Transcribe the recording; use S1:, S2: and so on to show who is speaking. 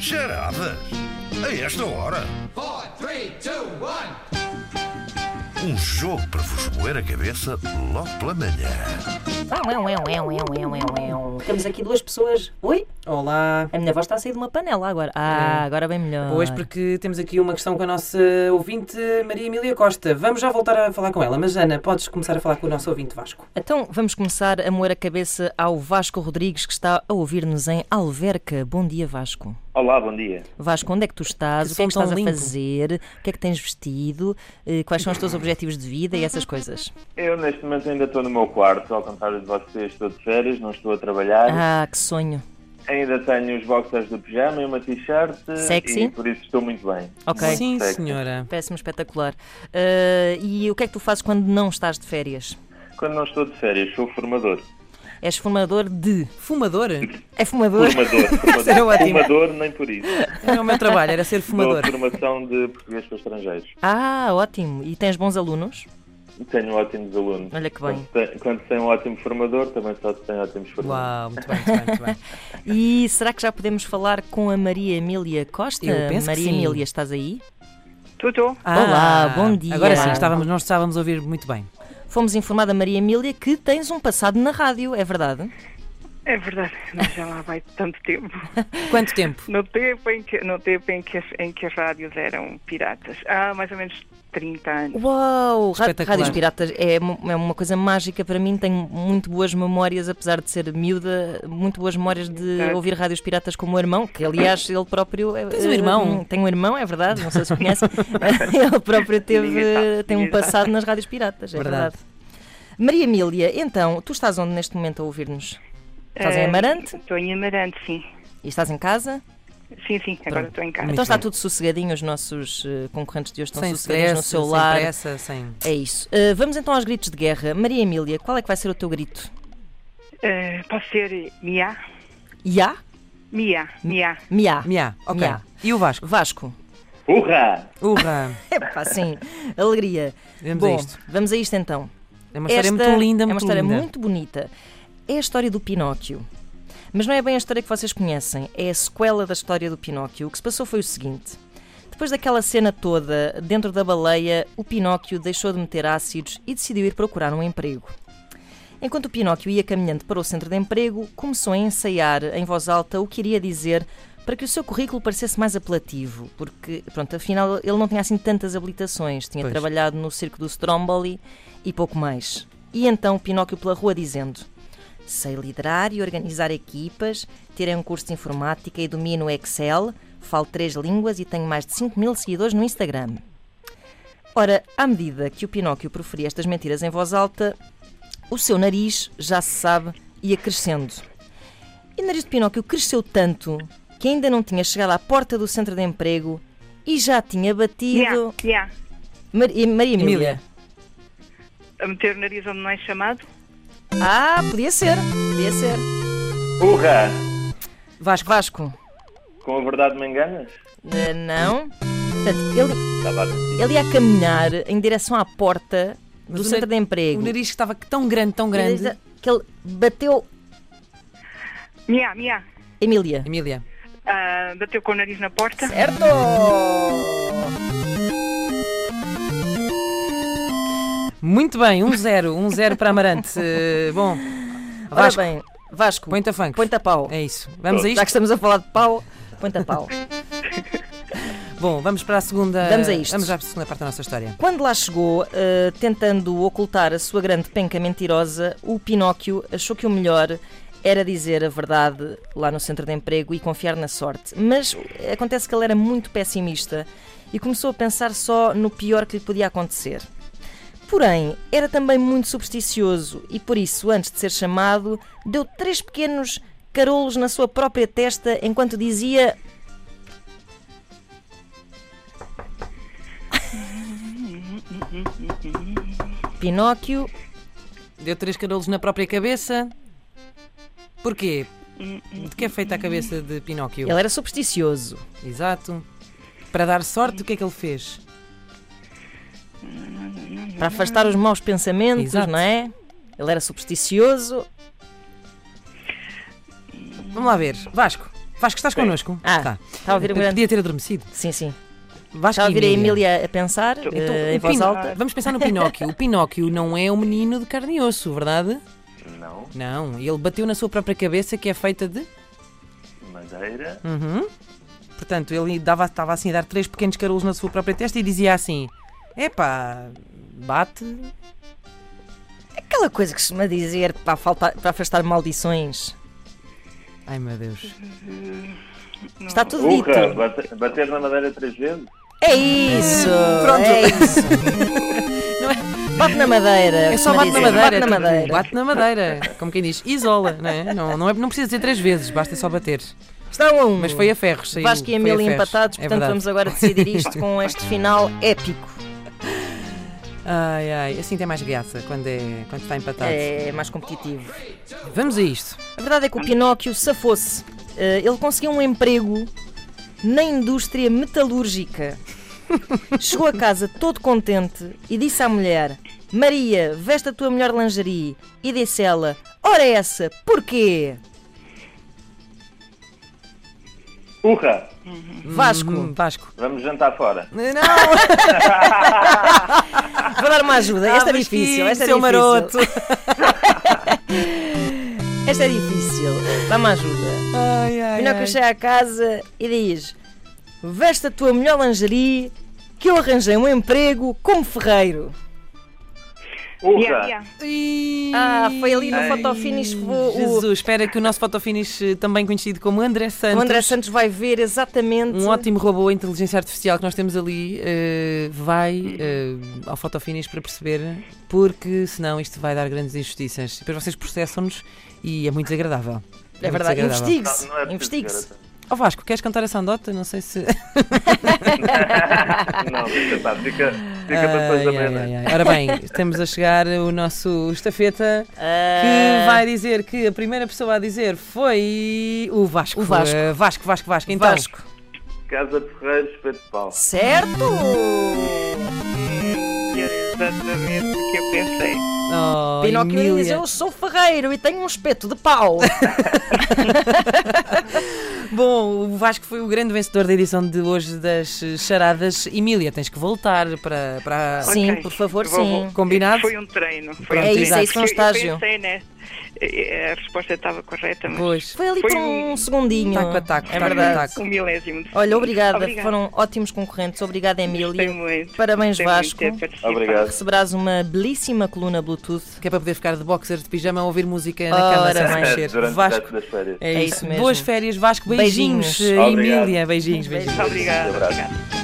S1: Charadas? A esta hora?
S2: four, three, two, one.
S1: Um jogo para vos moer a cabeça logo pela manhã.
S3: Temos aqui duas pessoas. Oi?
S4: Olá.
S3: A minha voz está a sair de uma panela agora. Ah, agora bem melhor.
S4: Hoje É. porque temos aqui uma questão com a nossa ouvinte Maria Emília Costa. Vamos já voltar a falar com ela, mas Ana, podes começar a falar com o nosso ouvinte Vasco.
S3: Então vamos começar a moer a cabeça ao Vasco Rodrigues, que está a ouvir-nos em Alverca. Bom dia, Vasco.
S5: Olá, bom dia.
S3: Vasco, onde é que tu estás?
S4: Que
S3: o que é que
S4: som
S3: estás
S4: tão
S3: a
S4: limpo.
S3: fazer? O que é que tens vestido? Eh, Quais são os teus objetivos de vida e essas coisas?
S5: Eu neste momento ainda estou no meu quarto, ao contrário de vocês, estou de férias, não estou a trabalhar.
S3: Ah, que sonho.
S5: Ainda tenho os boxers do pijama e uma t-shirt
S3: Sexy.
S5: e por isso estou muito bem.
S3: Ok.
S4: Sim,
S5: Sei que-
S4: senhora.
S3: Parece-me espetacular. Eh, e o que é que tu fazes quando não estás de férias?
S5: Quando não estou de férias, sou formador.
S3: És fumador de.
S4: Fumador?
S3: É fumador?
S5: Formador,
S4: era
S5: formador,
S4: ótimo.
S5: formador nem por isso.
S4: Era
S3: É
S4: o meu trabalho, era ser
S5: Dou
S4: fumador.
S5: formação de português para estrangeiros.
S3: Ah, ótimo. E tens bons alunos?
S5: Tenho ótimos alunos.
S3: Olha que bem.
S5: Quando se tem, quando se tem um ótimo formador, também só se tem ótimos formadores.
S4: Uau, muito bem, muito bem, muito bem.
S3: E será que já podemos falar com a Maria Emília Costa?
S4: Eu penso que
S3: Maria
S4: sim.
S3: Emília, estás aí?
S6: Tudo.
S3: Olá, bom dia.
S4: Ah, Agora sim, estávamos, não estávamos a ouvir muito bem.
S3: Fomos informada, Maria Emília, que tens um passado na rádio, é verdade?
S6: É verdade, mas já lá vai tanto tempo.
S4: Quanto tempo?
S6: No tempo em que, no tempo em que, as- em que as rádios eram piratas. Há mais ou menos 30 anos.
S3: Uau! Ra-
S4: Espetacular.
S3: Rádios Piratas é, mu- é uma coisa mágica para mim, tenho muito boas memórias, apesar de ser miúda, muito boas memórias de
S6: Certo.
S3: ouvir Rádios Piratas com o meu irmão, que aliás ele próprio. é-
S4: Tens um irmão?
S3: eh, Tem um irmão, é verdade, não sei se conhece. ele próprio teve,
S6: Ninguém sabe,
S3: tem um
S6: ninguém sabe.
S3: passado nas Rádios Piratas, é
S4: Verdade.
S3: verdade. Maria Emília, então, tu estás onde neste momento a ouvir-nos? Estás
S6: Eh,
S3: em Amarante?
S6: Estou em Amarante, sim.
S3: E estás em casa?
S6: Sim, sim, agora estou em casa.
S4: Muito
S3: Então está
S4: bem.
S3: tudo sossegadinho, os nossos eh, concorrentes de hoje estão
S4: Sem
S3: sossegadinhos
S4: stress,
S3: no seu
S4: sem
S3: lar.
S4: pressa, sem...
S3: É isso. Eh, vamos então aos gritos de guerra. Maria Emília, qual é que vai ser o teu grito?
S6: Eh, pode ser Mia?
S3: Ya?
S6: Mia, Mia.
S3: Miá.
S4: Miá, ok.
S3: Miá.
S4: E o Vasco?
S3: Vasco.
S5: Urra!
S4: Urra!
S3: Epá, sim. Alegria.
S4: Vamos a
S3: Bom,
S4: isto.
S3: vamos a isto então.
S4: É uma história
S3: Esta
S4: muito linda,
S3: é uma
S4: muito
S3: história
S4: linda.
S3: muito bonita. É a história do Pinóquio. Mas não é bem a história que vocês conhecem, é a sequela da história do Pinóquio. O que se passou foi o seguinte: depois daquela cena toda, dentro da baleia, o Pinóquio deixou de meter ácidos e decidiu ir procurar um emprego. Enquanto o Pinóquio ia caminhando para o centro de emprego, começou a ensaiar em voz alta o que iria dizer para que o seu currículo parecesse mais apelativo, porque, pronto, afinal ele não tinha assim tantas habilitações, tinha
S4: Pois.
S3: trabalhado no circo do Stromboli e pouco mais. E então o Pinóquio pela rua dizendo: Sei liderar e organizar equipas, tirei um curso de informática e domino o Excel, falo três línguas e tenho mais de 5 mil seguidores no Instagram. Ora, à medida que o Pinóquio proferia estas mentiras em voz alta, o seu nariz, já se sabe, ia crescendo. E o nariz de Pinóquio cresceu tanto que ainda não tinha chegado à porta do centro de emprego e já tinha
S6: Mia,
S3: batido.
S6: Mia.
S3: Mar- e- Maria Emília.
S4: Emília.
S6: A meter o nariz onde não é chamado?
S3: Ah, podia ser, podia ser.
S5: Urra!
S3: Vasco. Vasco.
S5: Com a verdade me enganas?
S3: Eh, não. Portanto, ele,
S5: Estava a dizer.
S3: ele ia caminhar em direção à porta
S4: Mas
S3: do
S4: o
S3: centro
S4: nar-
S3: de emprego.
S4: O nariz que estava tão grande, tão grande.
S3: Que ele bateu.
S6: Mia, Mia.
S3: Emília.
S4: Emília.
S6: Ah, bateu com o nariz na porta?
S3: Certo!
S4: Muito bem, 1-0, 1-0 para Amarante. Eh, Bom,
S3: Ora
S4: Vasco,
S3: bem, Vasco.
S4: põe-te a funk.
S3: Ponta pau.
S4: É isso. Vamos a
S3: Já
S4: isto?
S3: que estamos a falar de pau, ponta pau.
S4: Bom, vamos para a segunda.
S3: Vamos a isto.
S4: Vamos já para a segunda parte da nossa história.
S3: Quando lá chegou, eh, tentando ocultar a sua grande penca mentirosa, o Pinóquio achou que o melhor era dizer a verdade lá no centro de emprego e confiar na sorte. Mas eh, acontece que ele era muito pessimista e começou a pensar só no pior que lhe podia acontecer. Porém, era também muito supersticioso e por isso, antes de ser chamado, deu três pequenos carolos na sua própria testa enquanto dizia Pinóquio
S4: Deu três carolos na própria cabeça. Porquê? De que é feita a cabeça de Pinóquio?
S3: Ele é- era supersticioso.
S4: Exato. Para dar sorte, o que é que ele fez?
S3: Para afastar os maus pensamentos,
S4: Exato.
S3: não é? Ele era supersticioso.
S4: Vamos lá ver. Vasco,
S7: Vasco, estás connosco?
S3: Ah,
S7: Está.
S3: está a ouvir um grande-
S7: Podia ter adormecido.
S3: Sim, sim.
S7: Vasco
S3: Está a
S7: e
S3: ouvir a Emília a pensar
S7: Então,
S3: eh, em
S7: o
S3: voz
S7: Pino-
S3: alta?
S7: Vamos pensar no Pinóquio. O Pinóquio não é um menino de carne e osso, verdade?
S5: Não.
S7: Não. Ele bateu na sua própria cabeça, que é feita de.
S5: Madeira.
S7: Portanto, ele dava, estava assim a dar três pequenos carolos na sua própria testa e dizia assim: Epá, bate.
S3: é Aquela coisa que se costuma dizer para, faltar- para afastar maldições.
S7: Ai meu Deus.
S3: Está tudo dito.
S5: Urra! bate- Bater na madeira três vezes?
S3: É isso!
S7: Pronto.
S3: É isso. Bate na madeira.
S7: É só
S3: costuma
S7: bate na
S3: dizer.
S7: madeira.
S3: Bate na
S7: tipo,
S3: madeira.
S7: Bate na madeira. Como quem diz, isola, não é? Não, não, é, não precisa dizer três vezes, basta só bater.
S3: Estão a um.
S7: Mas foi a ferros. Saiu,
S3: Vasco e
S7: foi a
S3: Emília
S7: ferros.
S3: empatados,
S7: É
S3: portanto
S7: verdade.
S3: vamos agora decidir isto com este final épico.
S7: Ai, ai, assim tem mais graça quando, é, quando está empatado.
S3: É mais competitivo.
S7: Vamos a isto.
S3: A verdade é que o Pinóquio safou-se. Eh, ele conseguiu um emprego na indústria metalúrgica. Chegou a casa todo contente e disse à mulher: Maria, veste a tua melhor lingerie. E disse ela: Ora, essa, porquê?
S5: Urra!
S3: Vasco,
S7: Hum, Vasco. Ah,
S5: Vamos jantar fora.
S7: Não,
S3: vou dar uma ajuda. Esta é difícil. Esta é
S7: Ah, seu
S3: difícil.
S7: maroto.
S3: Esta é difícil. Dá-me ajuda.
S7: Ai, ai,
S3: Pinóquio
S7: ai.
S3: chega à casa e diz: Veste a tua melhor lingerie que eu arranjei um emprego como ferreiro.
S6: Yeah,
S5: Urra!
S6: yeah.
S7: Ih,
S3: Ah, foi ali no
S5: Ai,
S3: fotofinish que Tipo, o- o,
S7: Jesus, espera que o nosso fotofinish, eh, também conhecido como André Santos,
S3: o André Santos vai ver exatamente.
S7: um ótimo robô de inteligência artificial que nós temos ali, eh, vai eh, ao fotofinish para perceber, porque senão isto vai dar grandes injustiças. Depois vocês processam-nos e é muito
S3: É
S7: desagradável. muito
S3: verdade,
S7: desagradável.
S3: investigue-se.
S5: Não, não é preciso
S3: investigue-se.
S5: chegar a
S7: Ó Vasco, queres cantar essa andota? Não sei se.
S5: tanto. Não, deixa estar. Fica, fica para
S7: Ai,
S5: depois da
S7: ai, ai,
S5: manhã.
S7: ai. Ora bem, estamos a chegar o nosso estafeta
S3: Ah.
S7: que vai dizer que a primeira pessoa a dizer foi o Vasco.
S3: O Vasco.
S7: Eh, Vasco, Vasco, Vasco. Então,
S3: Vasco.
S5: Casa de Ferreiro, espeto de pau.
S3: Certo!
S6: E era exatamente o que eu pensei.
S7: Oh,
S3: Pinóquio diz:
S7: Emília.
S3: Eu sou ferreiro e tenho um espeto de pau.
S7: Bom, o Vasco foi o grande vencedor da edição de hoje das eh, charadas. Emília, tens que voltar para. para...
S3: Sim,
S6: Ok.
S3: por favor,
S6: Vou-
S3: sim.
S6: vou-
S7: Combinado?
S6: Foi um treino. Foi
S7: Pronto,
S6: um
S3: É isso,
S6: treino.
S3: é isso, é um
S6: Eu-
S3: estágio.
S6: Eu pensei, né? eh, A resposta estava correta, mas
S7: Pois.
S3: Foi ali
S6: Foi
S3: por
S6: um-
S3: um segundinho.
S7: Taco a taco,
S3: é
S7: taco a
S3: verdade.
S7: taco.
S6: um milésimo. de
S3: Olha,
S6: segundo.
S3: obrigada.
S6: Obrigada.
S3: Foram ótimos concorrentes. Obrigada,
S6: Gostei
S3: Emília.
S6: muito.
S3: Parabéns,
S6: Gostei muito
S3: Vasco.
S6: de ter participado.
S5: Obrigado.
S3: Receberás uma belíssima coluna Bluetooth.
S7: Que é para poder ficar de boxers de pijama a ouvir música na
S3: Ora
S7: cama
S3: bem.
S7: sem se mexer.
S5: Durante o resto
S7: Vasco.
S5: das férias.
S7: É,
S3: É
S7: isso.
S3: isso mesmo.
S7: Boas férias, Vasco. Beijinhos,
S3: Beijinhos.
S7: eh,
S5: Obrigado.
S7: Emília. Beijinhos, beijinhos.
S6: Obrigada.
S5: Um Abraço.
S6: obrigada.